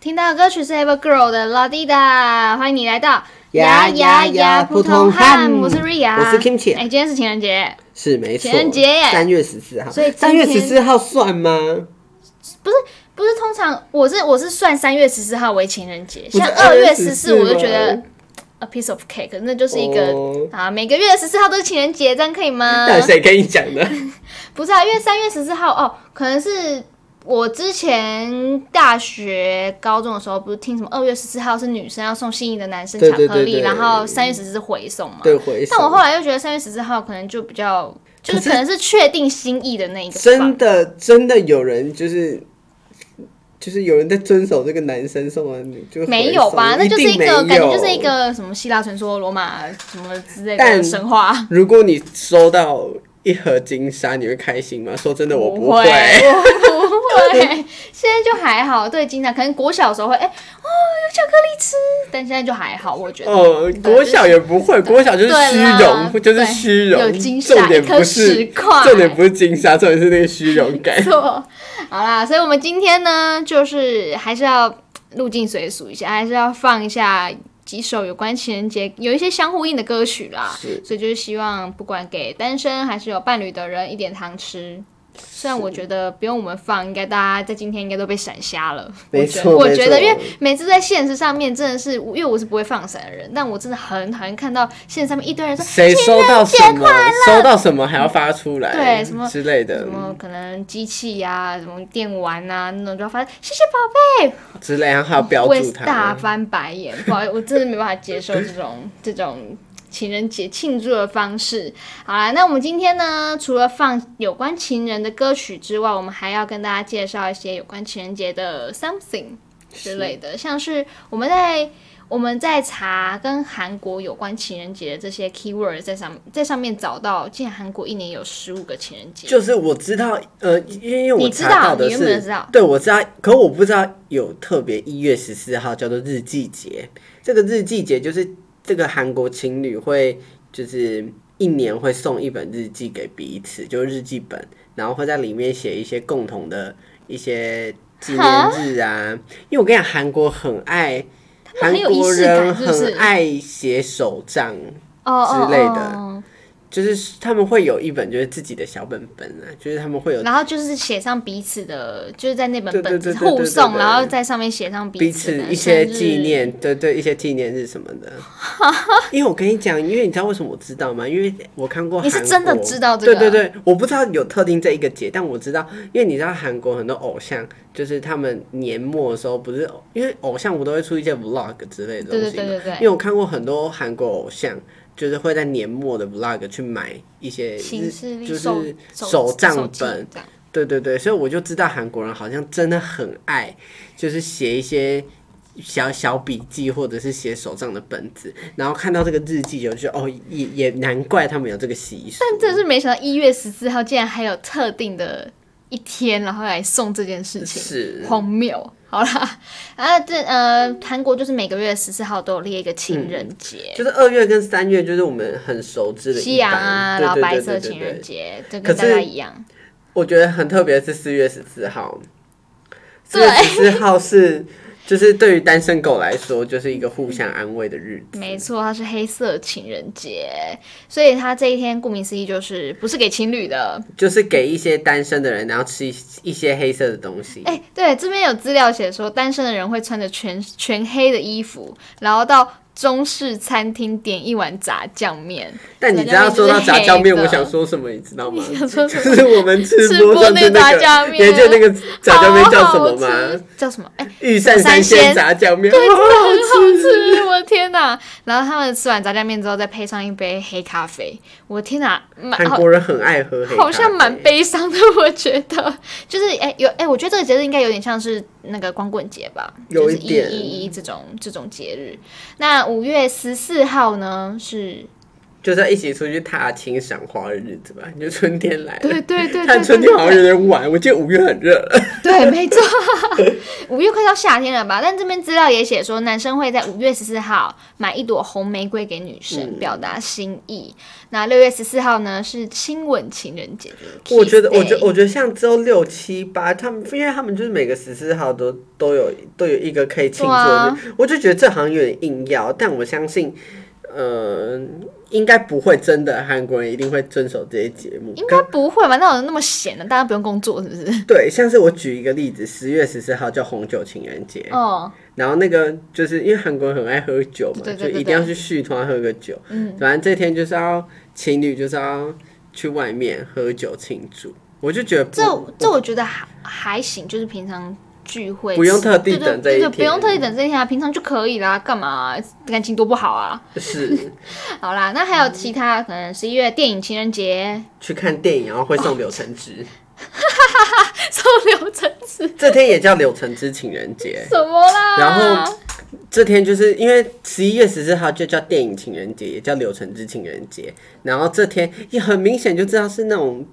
听到的歌曲是 Evergirl 的《La Di Da》，欢迎你来到呀呀呀普普通通汉汉我是瑞亚，我是 Kimchi 哎，今天是情人节，是没错，情人节耶三月十四号，所以今三天月十四号算吗？不是，通常我是我是算三月十四号为情人节，不是像二月十四14我就觉得吗 a piece of cake，那就是一个、呃哦啊，每个月十四号都是情人节，这样可以吗？但谁跟你讲的？不是啊，因为三月十四号哦，可能是我之前大学、高中的时候，不是听什么二月十四号是女生要送心仪的男生巧对克力，对对对然后三月十四是回送嘛。对，回首但我后来又觉得三月十四号可能就比较，就是可是可能是确定心意的那一个吧真的真的有人就是。就是有人在遵守这个男生送的，就是回送没有吧？那就是一定没个有感觉，就是一个什么希腊传说、罗马什么之类的但神话。如果你收到一盒金沙，你会开心吗？说真的，我不会。 我不会。现在就还好，对，经常可能国小的时候会，哎、哦，有巧克力吃，但现在就还好，我觉得。哦，国小也不会，国小就是虚对啦荣，就是虚荣。对有金沙重点一颗不石是块重点不是金沙，重点是那个虚荣感没。错，好啦，所以我们今天呢，就是还是要入境随俗一下，还是要放一下几首有关情人节有一些相呼应的歌曲啦。是所以就是希望不管给单身还是有伴侣的人一点糖吃。虽然我觉得不用我们放，应该大家在今天应该都被闪瞎了。没错我觉得我觉得，没因错为每次在现实上面真的是，因为我是不会放闪的人，但我真的很讨厌看到现实上面一堆人说谁收到情什人节么，收到什么还要发出来，对什么之类什的，么可能机器呀、什么电玩啊那种，就要发现谢谢宝贝，之类，然后还要标我也注是大它。翻白 眼，不好意思，我真的没办法接受这种这种情人节庆祝的方式。好啦，那我们今天呢，除了放有关情人的歌曲之外，我们还要跟大家介绍一些有关情人节的 something 之类的，像是我们在。我们在查跟韩国有关情人节的这些 keyword，在上在上面找到，竟然韩国一年有十五个情人节。就是我知道，呃，因为因为你我知查道到的你原本是知道，对，我知道，可我不知道有特别一月十四号叫做日记节。这个日记节就是这个韩国情侣会就是一年会送一本日记给彼此，就是日记本，然后会在里面写一些共同的一些纪念日啊。因为我跟你讲，韩国很爱。们韩很有仪国式感人是不是很爱写手账，哦哦之类的哦就是他们会有一本就是自己的小本本啊，就是他们会有然后就是写上彼此的，就是在那本对本对对子对对互对送，对然后在上面写上彼此此的一些生日纪。念，对对，一些纪念日什么 的。因为我跟你讲，因为你知道为什么我知道吗？因为我看过你是韩真的国知道这个对对对，我不知道有特定这一个节，但我知道，因为你知道韩国很多偶像，就是他们年末的时候不是，因为偶像不都会出一些 vlog 之类的东西对嘛对对对对因为我看过很多韩国偶像。就是会在年末的 vlog 去买一些形式力就是手手手账记本，这样对对对，所以我就知道韩国人好像真的很爱，就是写一些小小笔记或者是写手账的本子，然后看到这个日记，我就觉得哦，也也难怪他们有这个习俗。但真是没想到一月十四号竟然还有特定的一天，然后来送这件事情，是荒谬。好啦，啊，这呃，韩国就是每个月十四号都有列一个情人节，就是二月跟三月，嗯就是我们很熟知的西一般洋啊，对然后对白对色对对情人对节，就可跟大家是一样。我觉得很特别的是四月十四号，四对月十四号是就是对于单身狗来说，就是一个互相安慰的日子。没错，它是黑色情人节，所以它这一天顾名思义就是不是给情侣的。就是给一些单身的人，然后吃一一些黑色的东西。哎、对，这边有资料写说，单身的人会穿着全全黑的衣服，然后到中式餐厅点一碗炸酱面。但你知道说到炸酱面，我想说什么，你知 道吗？就是我们吃播上次吃播那个那炸个，酱面你还记得那个炸酱面叫什好么好吗吃？？叫什么？哎、御膳三鲜炸酱面，真的哇很好吃！我的天哪！然后他们吃完炸酱面之后，再配上一杯黑咖啡。我的天哪，蛮韩好国人很爱喝黑咖啡， 好像蛮悲伤的，我觉得就是哎、有哎、我觉得这个节日应该有点像是那个光棍节吧，有一就是点一一一这种这种节日。那五月十四号呢是，就是要一起出去踏青赏花的日子吧，就春天来 了。对对对对但对春天好像有对，点晚，我记得五月很热。 对，没错， 五月快到夏天了吧？但这边资料也写说，男生会在五月十四号买一朵红玫瑰给女生，嗯表达心意。那六月十四号呢是亲吻情人节，就是我觉得， kiss 我觉 day 我觉得像周六七八，他们因为他们就是每个十四号都都有都有一个可以庆祝的日对，啊我就觉得这好像有点硬要，但我相信，呃，应该不会真的韩国人一定会遵守这些节目。应跟该不会吧？那有人那么闲的，大家不用工作是不是？对，像是我举一个例子，十月十四号叫红酒情人节，哦，然后那个就是因为韩国人很爱喝酒嘛，对对对就一定要去续团喝个酒。嗯，反正这天就是要情侣就是要去外面喝酒庆祝，我就觉得不这这我觉得还还行，就是平常聚会不用特地等这对一对对对，天不用特地等这一天啊，平常就可以啦，干嘛啊、感情多不好啊？是好啦，那还有其他可能十一月电影情人 节去看电影，然后会送柳橙汁。收留成是这天也叫柳橙汁情人节。什么啦？ 然后这天就是因为十一月十四号就叫电影情人节，也叫柳橙汁情人节。然后这天也很明显就知道是那种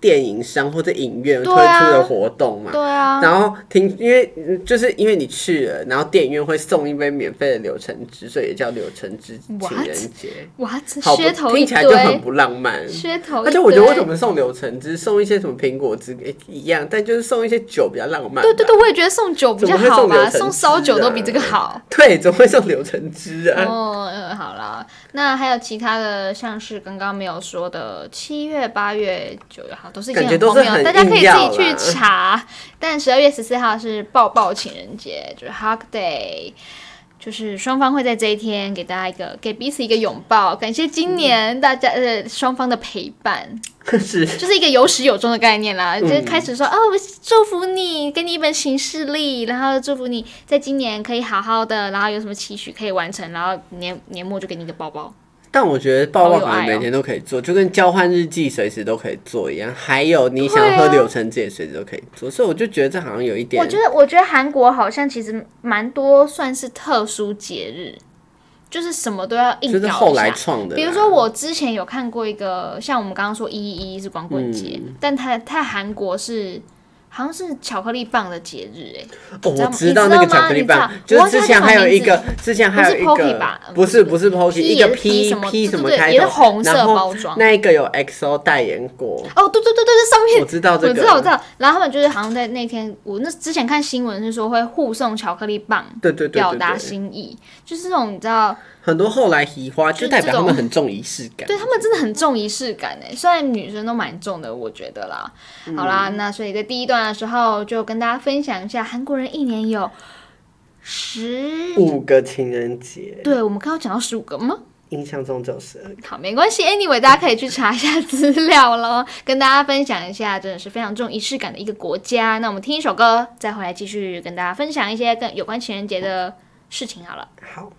电影商或者影院推对啊出的活动嘛。对啊，然后听，因为嗯就是因为你去了，然后电影院会送一杯免费的柳橙汁，所以也叫柳橙汁情人节。哇，这好不，噱头一听起来就很堆，不浪漫。噱头一堆。而且我觉得为什么送柳橙汁，送一些什么苹果汁诶一样，但就是送一些酒比较浪漫吧。对对对，我也觉得送酒比较怎么会好送柳吧，橙汁啊送烧酒都比这个好。对，怎么会送柳橙汁啊？哦，嗯，好啦，那还有其他的，像是刚刚没有说的，七月、八月、九月，好，都是一件感觉很都荒是谬的，很大家可以硬要自己啦去查。但十二月十四号是抱抱情人节，就是 Hug Day，就是双方会在这一天给大家一个给彼此一个拥抱，感谢今年大家呃双方的陪伴， 是就是一个有始有终的概念啦。嗯就是开始说哦，我祝福你，给你一本行事历，然后祝福你在今年可以好好的，然后有什么期许可以完成，然后年年末就给你一个包包。但我觉得抱抱好有可能爱哦每天都可以做，就跟交换日记随时都可以做一样。还有你想对啊喝柳橙汁也随时都可以做，所以我就觉得这好像有一点我觉得，我觉得韩国好像其实蛮多算是特殊节日，就是什么都要硬就是搞后一来下。创的啦。比如说，我之前有看过一个，像我们刚刚说一一一是光棍节，嗯但它它韩国是好像是巧克力棒的节日、欸，哦，我知知道道吗那个巧克力棒你知道，就是之前还有一我个，之前还有一不是 Pocky 个吧，不是不是 Pocky， P 一个也是 P 什么 P 对什么对对开也是头，红色然后包装那一个有 XO 代言过，哦，对对对对，这上面我知道这我个，知道，我知道。然后他们就是好像在那天，我那之前看新闻是说会互送巧克力棒，对对对对表达对心意，就是这种你知道，很多后来移花就代表他们很重仪式感对，他们真的很重仪式感哎。虽然女生都蛮重的，我觉得啦。好嗯啦，那所以在第一段的时候就跟大家分享一下，韩国人一年有十，五个情人节，对我们刚刚讲到十五个吗？印象中就是好，没关系，anyway，大家可以去查一下 资料喽，跟大家分享一下，真的是非常重仪式感的一个国家。那我们听一首歌，再回来继续跟大家分享一些跟有关情人节的事情好了。好。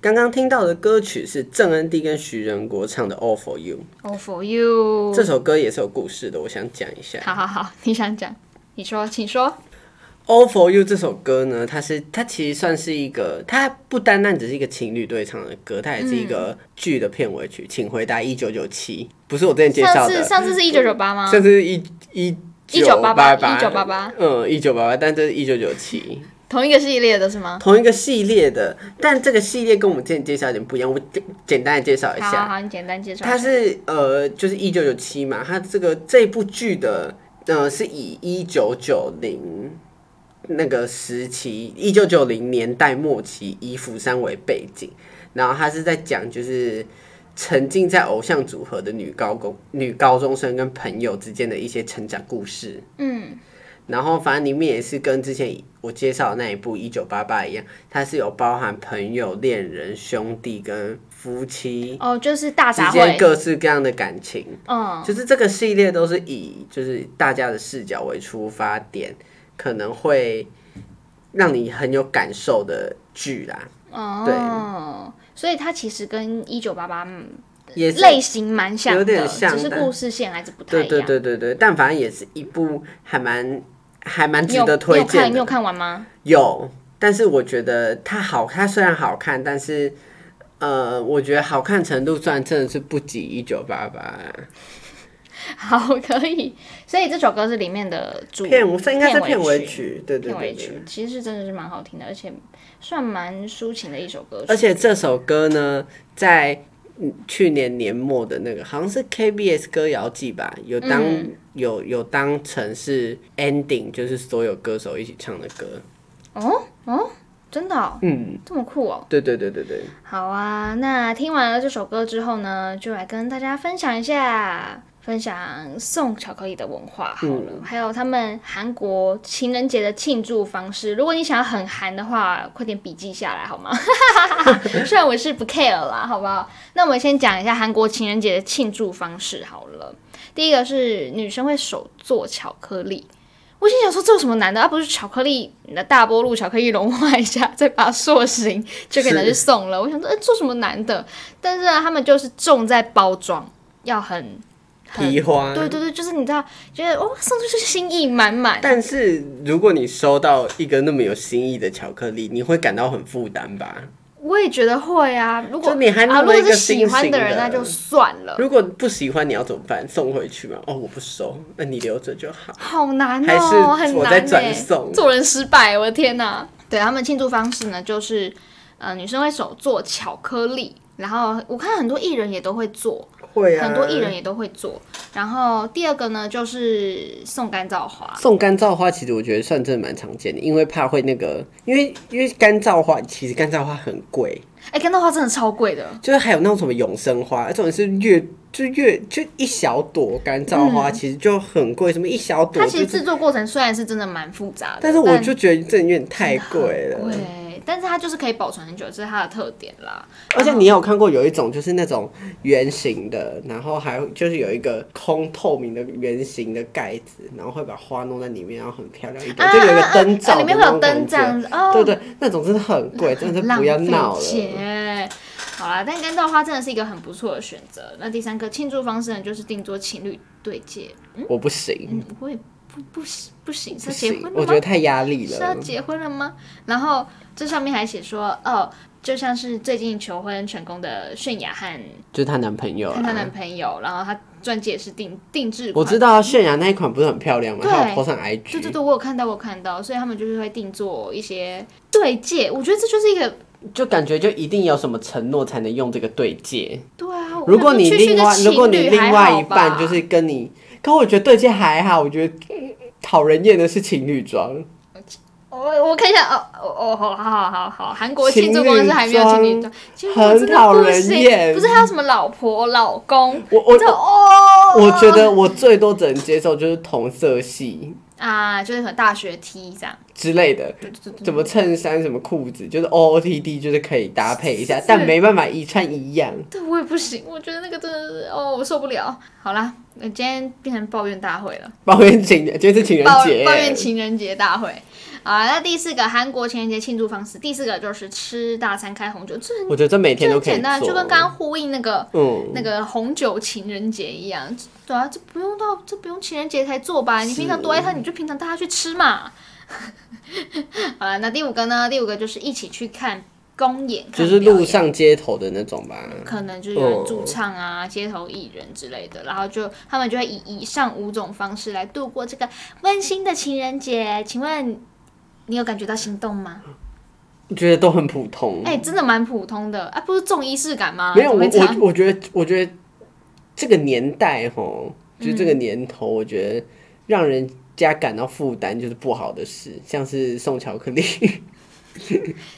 刚刚听到的歌曲是郑恩地跟徐仁国唱的《All for You All for》，you，这首歌也是有故事的，我想讲一下。好好好，你想讲，你说，请说。 《All for You》这首歌呢，它是它其实算是一个，它不单单只是一个情侣对唱的歌，它也是一个剧的片尾曲。请回答一九九七，不是我之前介上绍次的，上次是一九九八吗？甚至一一1988八1988，嗯，一九八八，但这是一九九七，同一个系列的是吗？同一个系列的，但这个系列跟我们之前介绍有点不一样，我简简单的介绍一好好下，好，你简单介绍一下。它是呃，就是一九九七嘛，它这个这部剧的呃是以一九九零那个时期，一九九零年代末期以釜山为背景，然后它是在讲就是沉浸在偶像组合的女高中女高中生跟朋友之间的一些成长故事。嗯，然后反正里面也是跟之前我介绍的那一部《一九八八》一样，它是有包含朋友、恋人、兄弟跟夫妻。哦，就是大之杂间烩，各式各样的感情，嗯，就是这个系列都是以就是大家的视角为出发点，可能会让你很有感受的剧啦，哦，所以它其实跟一九八八也是类型蛮像的，有点像只是但故事线还是不太一对样。对对对对，但反正也是一部还蛮还蛮你值有得推你有荐看你有的。看完吗？ 有，但是我觉得它好，它虽然好看，但是呃，我觉得好看程度虽然真的是不及《一九八八好，可以。所以这首歌是里面的》主片尾，这应该是片尾曲。曲，对对片对尾对。曲其实是真的是蛮好听的，而且算蛮抒情的一首歌曲。而且这首歌呢，在嗯去年年末的那个好像是 KBS 歌谣季吧，有当、嗯有有当成是 ending，就是所有歌手一起唱的歌。哦哦，真的、哦，嗯，这么酷哦。对对对对对，好啊，那听完了这首歌之后呢，就来跟大家分享一下。分享送巧克力的文化好嗯了，还有他们韩国情人节的庆祝方式。如果你想要很韩的话，快点笔记下来好吗？ 虽然我是不 care 啦，好不好？那我们先讲一下韩国情人节的庆祝方式好了。第一个是女生会手做巧克力，我心想说这有什么难的？啊，不是巧克力，你的大波露巧克力融化一下，再把它塑形就可以拿去送了。我想说，哎、做什么难的？但是呢，他们就是重在包装，要很很提花。对对对，就是你知道，觉得哦，送出去心意满满。但是如果你收到一个那么有新意的巧克力，你会感到很负担吧？我也觉得会啊，如果就你还啊，弄如了果一个是喜欢的新人，型的那就算了，如果不喜欢，你要怎么办？送回去吗？哦，我不收，那你留着就好。好难还是哦，很我难在欸转送做人失败，我的天哪！对他们庆祝方式呢，就是呃，女生会手做巧克力，然后我看很多艺人也都会做，会啊，很多艺人也都会做。然后第二个呢，就是送干燥花，送干燥花，其实我觉得算真的蛮常见的，因为怕会那个，因为因为干燥花其实干燥花很贵，哎、干燥花真的超贵的，就是还有那种什么永生花，这种是越就越就一小朵干燥花，其实就很贵，什么一小嗯朵、它其就实是，制作过程虽然是真的蛮复杂的，但是我就觉得这有点太贵了。对，但是它就是可以保存很久，这是它的特点啦。而且你有看过有一种就是那种圆形的，然后还有就是有一个空透明的圆形的盖子，然后会把花弄在里面，然后很漂亮一朵，就有一个灯罩啊啊啊啊的里面会那有种感觉、灯这样子哦，对对，那种真的很贵，真的是浪不费要闹了。钱。好啦，但干燥花真的是一个很不错的选择。那第三个庆祝方式呢，就是定做情侣对戒。我不行，嗯，我也不不行不行，是不要结行婚，了我吗觉？得太压力是啊要了。结婚了吗？然后这上面还写说，哦，就像是最近求婚成功的泫雅和就是她男朋友和她啊，男朋友，然后她钻戒是定定制款我知道啊泫雅那一款不是很漂亮吗？对她有 po 上对对 IG，对，我有看到，我有看到，所以他们就是会定做一些对戒，我觉得这就是一个就感觉就一定有什么承诺才能用这个对戒。对啊。如果你另外，如果你另外一半就是是跟你，可我觉得对戒还好，我觉得讨人厌的是情侣装，我我看一下哦哦哦，好好好好，韩国庆祝情侣公司还没有情侣装，情侣装很真的讨不人行厌不是还有什么老婆老公，我我这哦，我觉得我最多只能接受就是同色系啊，就是可能大学 T 这样，之类的，对对对什么衬衫、什么裤子，就是 O O T D，就是可以搭配一下，但没办法一穿一样。对我也不行，我觉得那个真的是哦，我受不了。好啦，那今天变成抱怨大会了。抱怨情人，今天是情人抱节，抱怨情人节大会。啊，那第四个韩国情人节庆祝方式，第四个就是吃大餐开红酒，这很我觉得这每天这都很可以简单，做，就跟刚刚呼应那个嗯，那个红酒情人节一样。对啊，这不用到这不用情人节才做吧？你平常多爱他，你就平常带他去吃嘛。 好了，那第五个呢？第五个就是一起去看公演，看就是表演路上街头的那种吧。可能就是有人驻唱啊、街头艺人之类的，然后就他们就会以以上五种方式来度过这个温馨的情人节。请问你有感觉到心动吗？我觉得都很普通。哎、真的蛮普通的啊，不是重仪式感吗？嗯没有，啊怎么我会这样我我觉得，我觉得这个年代吼，嗯就是这个年头，我觉得让人家感到负担就是不好的事，像是送巧克力，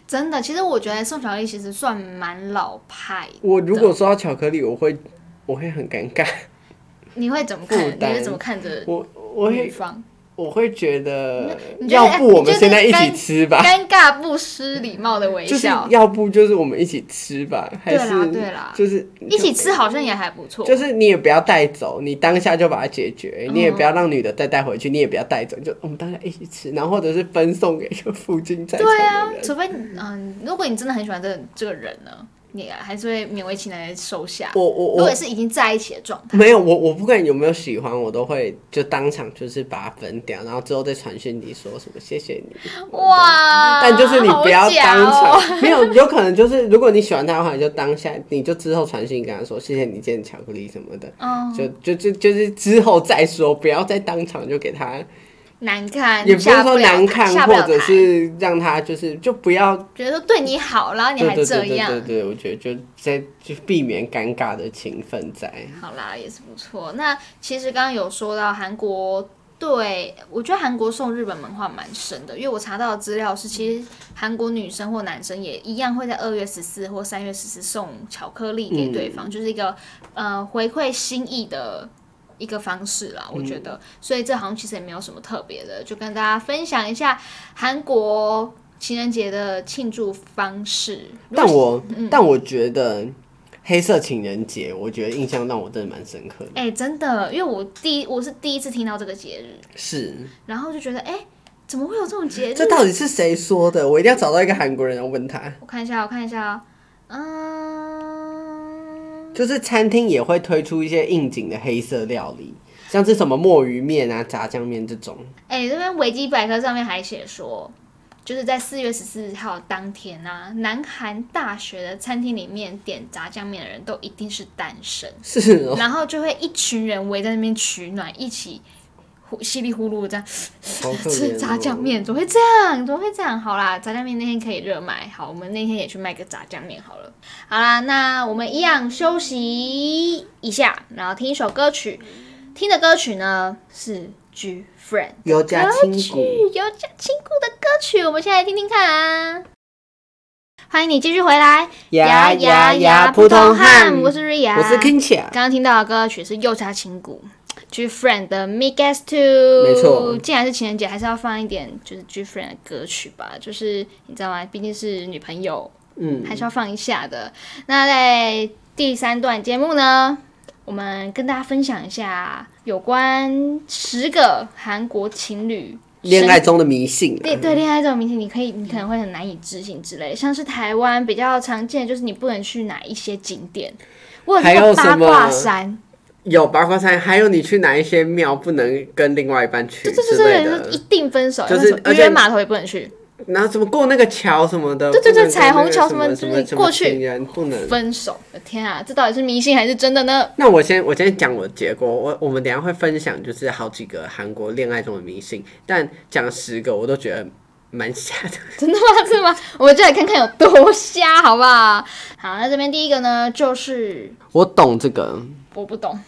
真的，其实我觉得宋小丽其实算蛮老派。我如果收到巧克力，我会我会很尴尬， 你会怎么看？负你担会怎么看着我我女会方？我会觉得，你觉得要不我们现在一你觉起得吃吧，尴尬不失礼貌的微就是笑，要不就是我们一起吃吧，还对啦是对啦就是一起吃好像也还不错。就是你也不要带走，你当下就把它解决，嗯你也不要让女的再带回去，你也不要带走，你就我们大家一起吃，然后或者是分送给就附近在场对啊的，人。除非你嗯，如果你真的很喜欢这个这个人呢，你还是会勉为其难的收下。我我如果我是已经在一起的状态，没有，我我不管有没有喜欢，我都会就当场就是把它分掉，然后之后再传讯你说什么谢谢你。哇！但就是你不要啊好假当哦场，没有，有可能就是如果你喜欢他的话，你就当下，你就之后传讯跟他说谢谢你今天的巧克力什么的，嗯就就就就是之后再说，不要再当场就给他，难看，也不是下说了难台看，下不或了者台是让他就是就不要，觉得对你好，然后你对还对这对对样，对对，我觉得就在就避免尴尬的情分在。好啦，也是不错。那其实刚刚有说到韩国。对，我觉得韩国受日本文化蛮深的，因为我查到的资料是，其实韩国女生或男生也一样会在二月十四或三月十四送巧克力给对方，就是一个呃回馈心意的一个方式啦。我觉得，所以这好像其实也没有什么特别的，就跟大家分享一下韩国情人节的庆祝方式。如但果嗯我、但我觉得黑色情人节，我觉得印象让我真的蛮深刻的，哎、真的，因为我第一我是第一次听到这个节日。是然后就觉得，哎、怎么会有这种节日？这到底是谁说的？我一定要找到一个韩国人，然后问他。我看一下，我看一下哦，嗯，就是餐厅也会推出一些应景的黑色料理，像是什么墨鱼面啊、炸酱面这种。哎、这边维基百科上面还写说，就是在四月十四号当天啊，南韩大学的餐厅里面点炸酱面的人都一定是单身，是哦，然后就会一群人围在那边取暖，一起呼稀里呼噜的这样。好可怜、吃哦。炸酱面，怎么会这样？怎么会这样？好啦，炸酱面那天可以热卖。好，我们那天也去卖个炸酱面好了。好啦，那我们一样休息一下，然后听一首歌曲。听的歌曲呢是 G Friend 尤加歌清曲，谷，有加亲骨的歌曲，我们现在来听听看啊。欢迎你继续回来，呀呀呀，普通汉，我是 Ria，我是 k i n c h a 刚刚听到的歌曲是右叉情谷 G Friend 的 Me Guess Too，没错既然是情人节，还是要放一点就是 G Friend 的歌曲吧，就是你知道吗？毕竟是女朋友，嗯，还是要放一下的。那在第三段节目呢，我们跟大家分享一下有关十个韩国情侣恋爱中的迷信、对啊。对，恋爱这种明星，你可以，你可能会很难以置信之类的。像是台湾比较常见，就是你不能去哪一些景点。我有还听过有八什么卦山，有八卦山，还有你去哪一些庙不能跟另外一半去对对之对类对，一的，定分手，就是分手而且渔人码头也不能去，然后怎么过那个桥什么的，对对对不能过那个彩虹桥什么什就是么你什么过去情人不能。分手。天啊，这到底是迷信还是真的呢？ 那我先我先讲我的结果，我我们等一下会分享就是好几个韩国恋爱中的迷信，但讲十个我都觉得蛮吓的。 真的吗？是吗？我们就来看看有多瞎，好不好？好，那这边第一个呢，就是我懂这个，我不懂，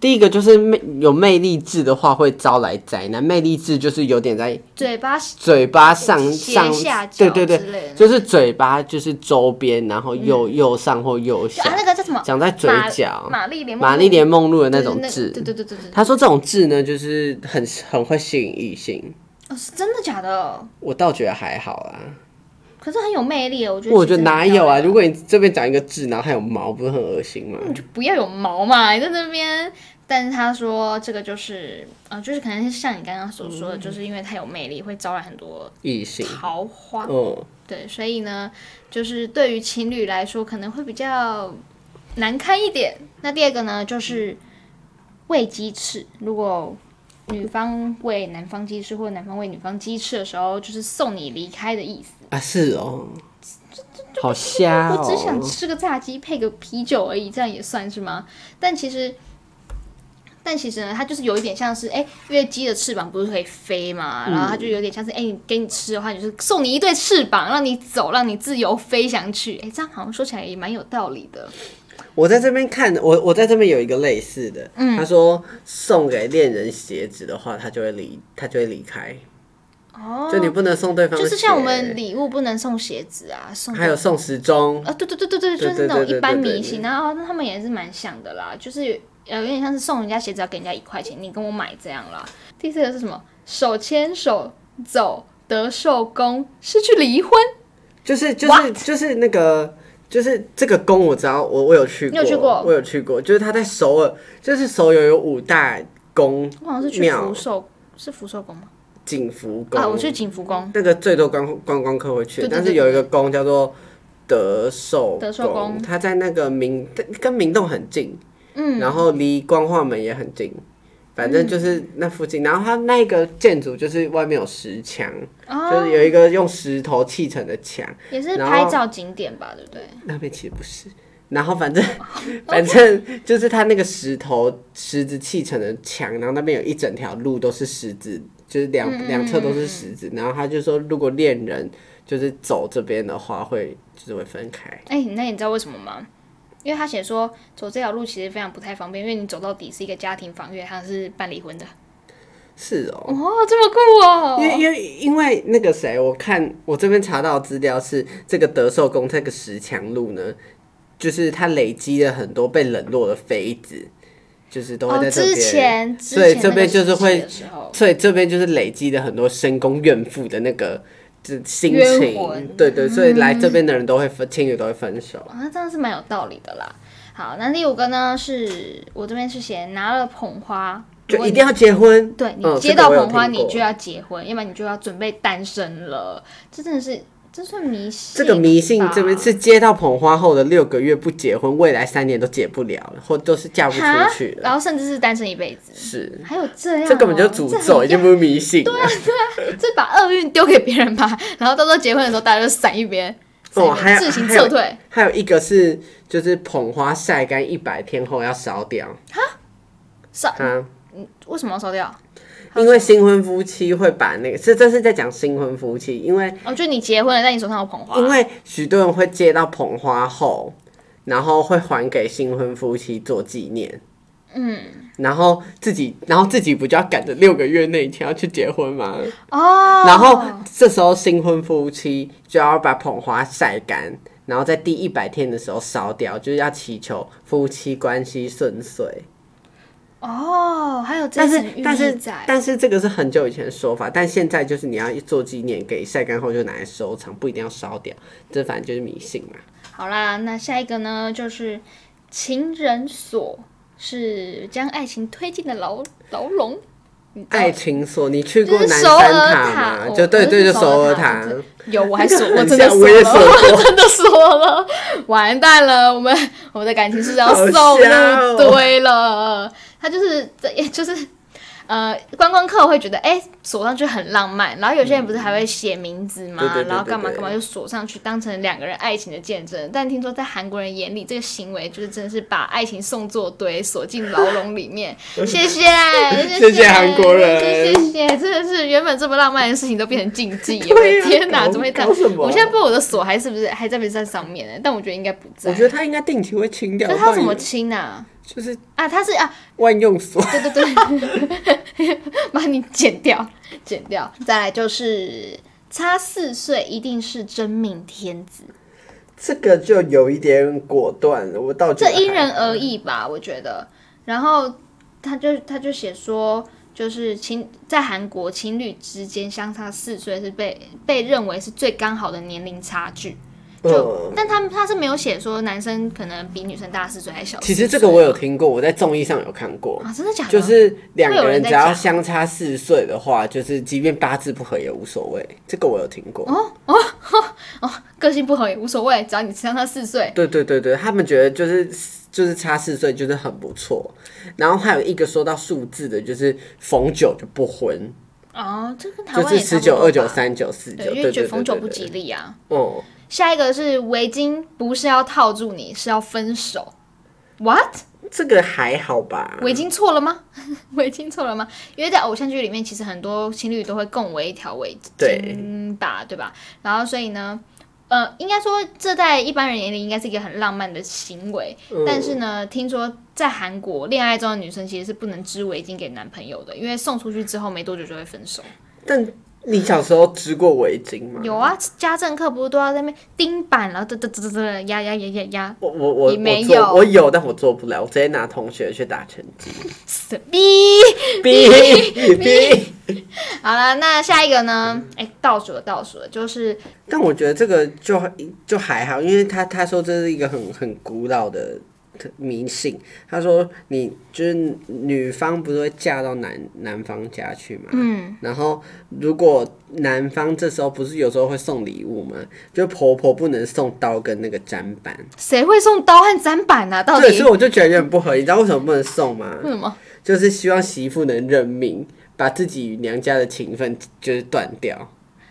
第一个就是魅有魅力痣的话会招来灾难，魅力痣就是有点在嘴巴啊嘴巴上斜上下，角对对之类的对，就是嘴巴就是周边，然后右、右上或右就下啊，，那个叫什么？长在嘴玛角，玛丽莲梦露，玛丽莲梦露的那对种对对痣。对对对对，他说这种痣呢，就是很很会吸引异性，哦，是真的假的？我倒觉得还好啦。可是很有魅力耶，我觉得。我觉得哪有啊？？如果你这边长一个痣，然后还有毛，不是很恶心吗？就不要有毛嘛，你在那边。但是他说这个就是，呃，就是可能是像你刚刚所嗯说的，就是因为他有魅力，会招来很多异性，桃花。嗯，对，所以呢，就是对于情侣来说可能会比较难堪一点。那第二个呢，就是喂鸡翅，如果女方喂男方鸡翅，或男方喂女方鸡翅的时候，就是送你离开的意思。啊是哦，好瞎我只想哦。吃个炸鸡配个啤酒而已，这样也算是吗？但其实，但其实呢，它就是有一点像是，哎、因为鸡的翅膀不是可以飞嘛，然后它嗯就有点像是，哎、你给你吃的话，就是送你一对翅膀，让你走，让你自由飞翔去。哎、这样好像说起来也蛮有道理的。我在这边看，我我在这边有一个类似的，嗯他说送给恋人鞋子的话，他就会离，他就会离开。哦，就你不能送对方，就是像我们，礼物不能送鞋子啊，送还有送时钟，啊，对对对对对，对就是那对种对一般对对迷对信，然后那他们也是蛮像的啦，就是呃有点像是送人家鞋子要给人家一块钱，你跟我买这样啦。第四个是什么？手牵手走德寿宫，是去离婚？就是就是就是那个。就是这个宫我知道，我我有去过，你有去过我有去过。就是他在首尔，就是首尔有五大宫我好像是去庙福，寿，是福寿宫吗？景福宫啊，我去景福宫。那个最多观光观光客会去，对对对但是有一个宫叫做德寿德寿宫它在那个明跟明洞很近，嗯，然后离光化门也很近，反正就是那附嗯近。然后它那个建筑就是外面有石墙，就哦，是有一个用石头砌成的墙，也是然拍后照景点吧，对不对？那边其实不是。然 后反正反正就是它那个石头石子砌成的墙，然后那边有一整条路都是石子，就是两嗯两侧都是石子。然后他就说，如果恋人就是走这边的话，会就是会分开。哎、那你知道为什么吗？因为他写说走这条路其实非常不太方便，因为你走到底是一个家庭访阅，他是办离婚的。是哦，哦，这么酷哦！因为因为因为那个谁，我看我这边查到的资料是这个德寿宫这个石墙路呢，就是它累积了很多被冷落的妃子，就是都会在哦，这之边。前之所以前这那边个就是时期会的时候，所以这边就是累积了很多深宫怨妇的那个这心冤情魂，嗯对对，所以来这边的人都会分，情侣都会分手。哇，那真啊的是蛮有道理的啦。好，那第五个呢，是我这边是写拿了捧花，如就果一你定要结婚，对你嗯接到捧花，这个我有听你过就要结婚，要不然你就要准备单身了。这真的是，这算迷信这吧。个迷信这边是接到捧花后的六个月不结婚，未来三年都结不了，或都是嫁不哈出去，了。然后甚至是单身一辈子，是，还有这样哦、这根本就是这诅很咒，已经不是迷信了。啊这把厄运丢给别人吧，然后到时候结婚的时候大家就闪一边，闪一哦边还有自行还有撤退。还有一个是，就是捧花晒干一百天后要烧掉烧啊，为什么要烧掉？因为新婚夫妻会把那个，这这是在讲新婚夫妻，因为哦，就你结婚了，但你手上有捧花，因为许多人会接到捧花后，然后会还给新婚夫妻做纪念。嗯，然后自己，然后自己不就要赶着六个月那一天要去结婚吗？哦，然后这时候新婚夫妻就要把捧花晒干，然后在第一百天的时候烧掉，就是要祈求夫妻关系顺遂。哦，还有这但是层寓但意是在，但是这个是很久以前的说法，但现在就是你要做纪念，给晒干后就拿来收藏，不一定要烧掉。这反正就是迷信嘛。好啦，那下一个呢，就是情人锁，是将爱情推进的牢牢笼。你知道爱情锁，你去就过是南首尔山塔吗？，我就对我对，是就首尔塔塔。，对有我还锁，我那个 很真的像锁我也了，锁我真的锁了，完蛋了，我们我们的感情是不是要好送笑一 哦堆了？他就是这，也就是。呃，观光客会觉得，哎、锁上去很浪漫。然后有些人不是还会写名字吗？对对对对然后干嘛对干嘛就锁上去，当成两个人爱情的见证。但听说在韩国人眼里，这个行为就是真的是把爱情送作堆，锁进牢笼里面。谢 谢，谢谢韩国人谢谢谢谢，真的是原本这么浪漫的事情都变成禁忌，我 对的啊天哪，搞怎么会这搞什样？么啊我现在不知道我的锁还是不是还在不在上面呢？但我觉得应该不在。我觉得他应该定期会清掉。那不它然怎么也清啊？就是啊，它是啊， 万用锁？对对对，把你剪掉，剪掉。再来就是差四岁一定是真命天子，嗯这个就有一点果断了，我倒觉这得因人还好而异吧，我觉得。然后他就他就写说，就是情在韩国情侣之间相差四岁是被被认为是最刚好的年龄差距。就，嗯但他他是没有写说男生可能比女生大四岁还小四岁。其实这个我有听过，我在综艺上有看过，啊，真的假的？就是两个人会只有人在要讲相差四岁的话，就是即便八字不合也无所谓。这个我有听过。哦个性不合也无所谓，只要你相差四岁。对对对对，他们觉得就是就是差四岁就是很不错。然后还有一个说到数字的，就是逢九就不婚，哦，这跟台就湾也是差十不多九、吧二九、，三九、四九，对，因对为对觉对得逢九对不对吉利啊。哦，下一个是围巾，不是要套住你，是要分手。What？这个还好吧？围巾错了吗？围巾错了吗？因为在偶像剧里面，其实很多情侣都会共围一条围对巾吧，对吧？然后所以呢，呃，应该说这在一般人眼里应该是一个很浪漫的行为，但是呢，听说在韩国恋爱中的女生其实是不能织围巾给男朋友的，因为送出去之后没多久就会分手。但你小时候织过围巾吗？有啊，家政课不是都要在那边钉板，然后嘚嘚嘚嘚嘚压压压压压，我我我你没我做有我有，但我做不了，我直接拿同学去打成 绩。死逼！哔哔。好了，那下一个呢？哎、倒数了，倒数了，就是但我觉得这个就就还好，因为他他说这是一个很很古老的迷信，他说你就是女方不是会嫁到男男方家去嘛，嗯，然后如果男方这时候不是有时候会送礼物嘛，就婆婆不能送刀跟那个砧板，谁会送刀和砧板啊？到对，底所以我就觉得有点不合理，你知道为什么不能送吗？为什么？就是希望媳妇能认命，把自己与娘家的情分就是断掉。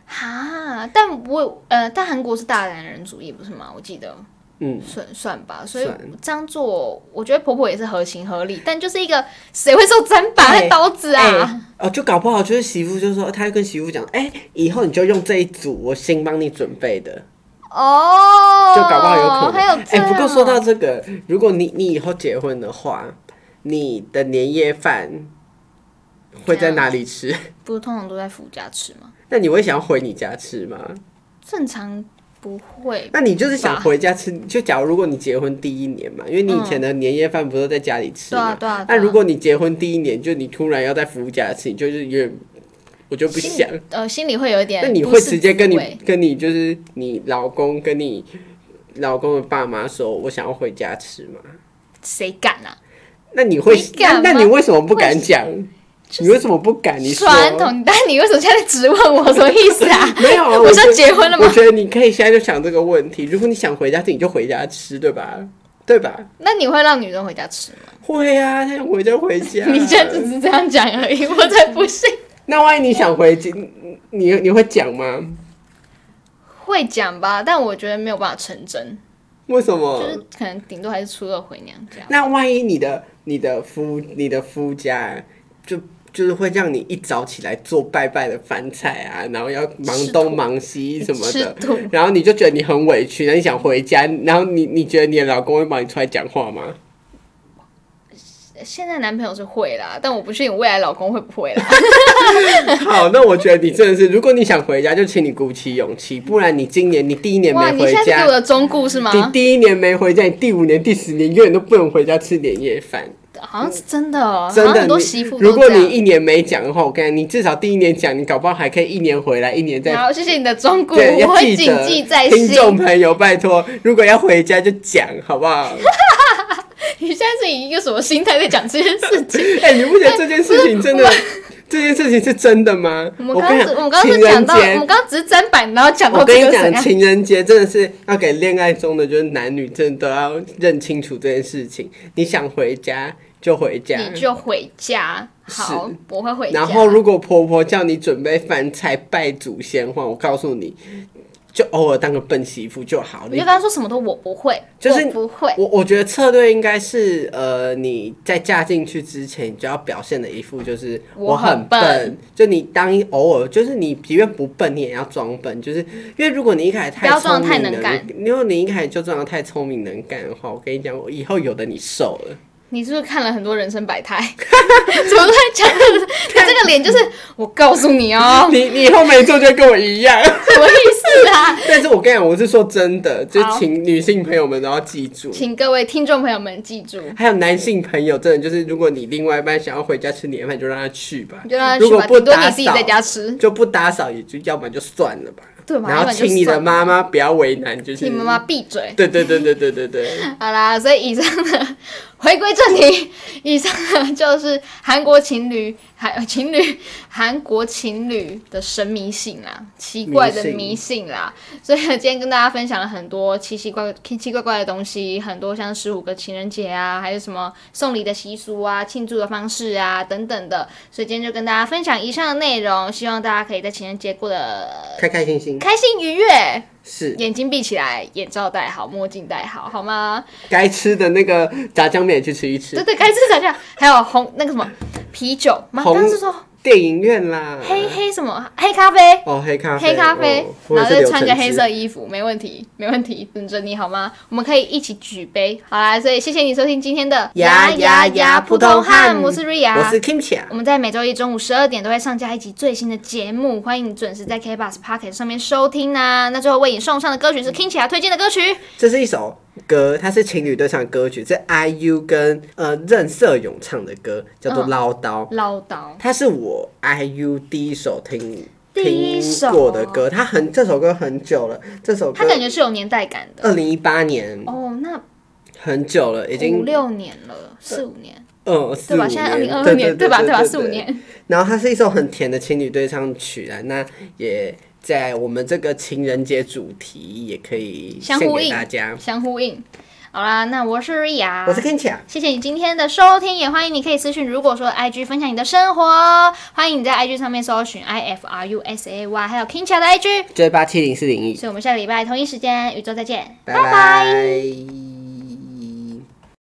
哈，但我呃，但韩国是大男人主义，不是吗？我记得嗯，算算吧，所以算这样做，我觉得婆婆也是合情合理，但就是一个谁会送砧板和哎刀子啊？哎哦，就搞不好就是媳妇就说，她跟媳妇讲，哎、以后你就用这一组我新帮你准备的，哦，就搞不好有可能。还有这哎、样、啊不过说到这个，如果你你以后结婚的话，你的年夜饭会在哪里吃？ 不是通常都在夫家吃吗？那你会想回你家吃吗？正常不会，那你就是想吧回家吃，就假如如果你结婚第一年嘛，因为你以前的年夜饭不是在家里吃对啊嘛，对啊。那对啊如果你结婚第一年，就你突然要在服务家吃，你就是有点，我就不心里想。呃心里会有一点，那你会直接跟你不是滋味跟你就是你老公跟你老公的爸妈说，我想要回家吃吗？谁敢啊？那你会你那敢那吗你为什么不敢讲？你为什么不敢？你说传统，但你为什么现在质问我什么意思啊？ 没有 啊？我觉说得结婚了吗我？觉得你可以现在就想这个问题。如果你想回家吃，你就回家吃，对吧？对吧？那你会让女人回家吃 吗？会啊，他想回家回 家。你现在只是这样讲而已， 我才不信。那万一你想回家，你你你会讲吗？会讲吧，但我觉得没有办法成真，为什么？就是可能顶多还是初二回娘家。那万一你的你的夫你的夫家就就是会让你一早起来做拜拜的饭菜啊，然后要忙东忙西什么吃的，土然后你就觉得你很委屈，那你想回家，然后你你觉得你的老公会帮你出来讲 话吗？现在男朋友是会啦，但我不确定我未来老公会不会啦。好，那我觉得你真的是，如果你想回家，就请你鼓起勇气，不然你今 年你第一年哇，没你回现在是给我家，的忠告是吗？你第一年没回家，你第五年、第十年永远都不能回家吃年夜饭。好像是真的哦，真好像的，很多你媳妇如都果这你样。一年没讲的话，我跟你讲，你至少第一年讲，你搞不好还可以一年回来，一年再好，谢谢你的忠告，对，啊我要会记谨得。记在听心。众朋友，拜托，如果要回家就讲，好 不好？你现在是以一个什么心态在讲这件事情？ 哎、你不觉得这件事情真的，这件事情是真的吗？哎我们跟刚你刚只我们讲，刚刚情是讲人到，我们节。刚刚只是砧板，然后讲到我跟这你个怎讲，样？情人节真的是要给恋爱中的就是男女真的都要认清楚这件事情。你想回家就回家，你就回家。好，我会回家。然后如果婆婆叫你准备饭菜拜祖先的话，我告诉你，就偶尔当个笨媳妇就好。我就你跟他说什么都我不会，就是我不会。我我觉得策略应该是，呃，你在嫁进去之前，你就要表现的一副就是我很很笨就你当一偶尔就是你即便不笨，你也要装笨，就是因为如果你一开始不太要装得聪明太了能干你如果你一开始就装的太聪明能干的话，我跟你讲，我以后有的你瘦了。你是不是看了很多人生百态？ 怎么都在讲这 个？他这个脸就是我告诉你哦，你你以后没做就跟我一样。 什么意思啊？ 但是我跟你讲，我是说真的，就好请女性朋友们都要记住，请各位听众朋友们记住，还有男性朋友，真的就是，如果你另外一半想要回家吃年夜饭，就让他去吧，你就让他如去果吧，不顶多你打自己在扫，家吃，就不打扫，也就要不然就算了吧。对吧？然后请你的妈妈不要为难，就是请你妈妈闭嘴。对对对对对对对，好啦，所以以上 呢，回归正题，以上呢就是韩国情侣、韩情侣、韩国情侣的神迷信啦，奇怪的迷迷信啦。所以呢，今天跟大家分享了很多奇奇怪奇奇怪怪的东西，很多像十五个情人节啊，还有什么送礼的习俗啊、庆祝的方式啊等等的。所以今天就跟大家分享以上的内容，希望大家可以在情人节过得开开心心开心愉悦，是眼睛闭起来，眼罩戴好，墨镜戴好，好吗？该吃的那个炸酱面也去吃一对吃，对，该哎吃炸酱，还有红那个什么啤酒吗？红当时说电影院啦，黑黑什么黑咖啡，哦黑咖啡黑咖啡哦，我然后也是再柳穿橙个黑汁色衣服，没问题，没问题，等着你好吗？我们可以一起举杯，好啦，所以谢谢你收听今天的呀呀呀普普通通汉，汉，我是瑞我亚是。Kimchi 啊。我们在每周一中午十二点都会上架一集最新的节目，欢迎你准时在 K Bus Pocket 上面收听呐、那最后为你送上的歌曲是 King 起来推荐的歌曲，这是一首歌，它是情侣对唱的歌曲，是 IU 跟呃任瑟勇唱的歌，叫做《嗯唠叨》。唠叨。它是我 IU 第一首听第一听首过的歌，它很这首歌很久了，这首歌它感觉是有年代感的二零一八年哦，那很久了，呃已五经六年了，四五年嗯四对五吧？年，现在二零二二对年对吧？对吧？对四五。年，然后它是一首很甜的情侣对唱曲啊，那也在我们这个情人节主题也可以相献互给应大家。相呼应。好啦，那我是瑞雅，我是 Ken 强，谢谢你今天的收听，也欢迎你可以私讯，如果说 IG 分享你的生活，欢迎你在 IG 上面搜寻 I F R U S A Y，还有 King 乔的 IG。就是八七零四零一，所以我们下个礼拜同一时间宇宙再见，拜拜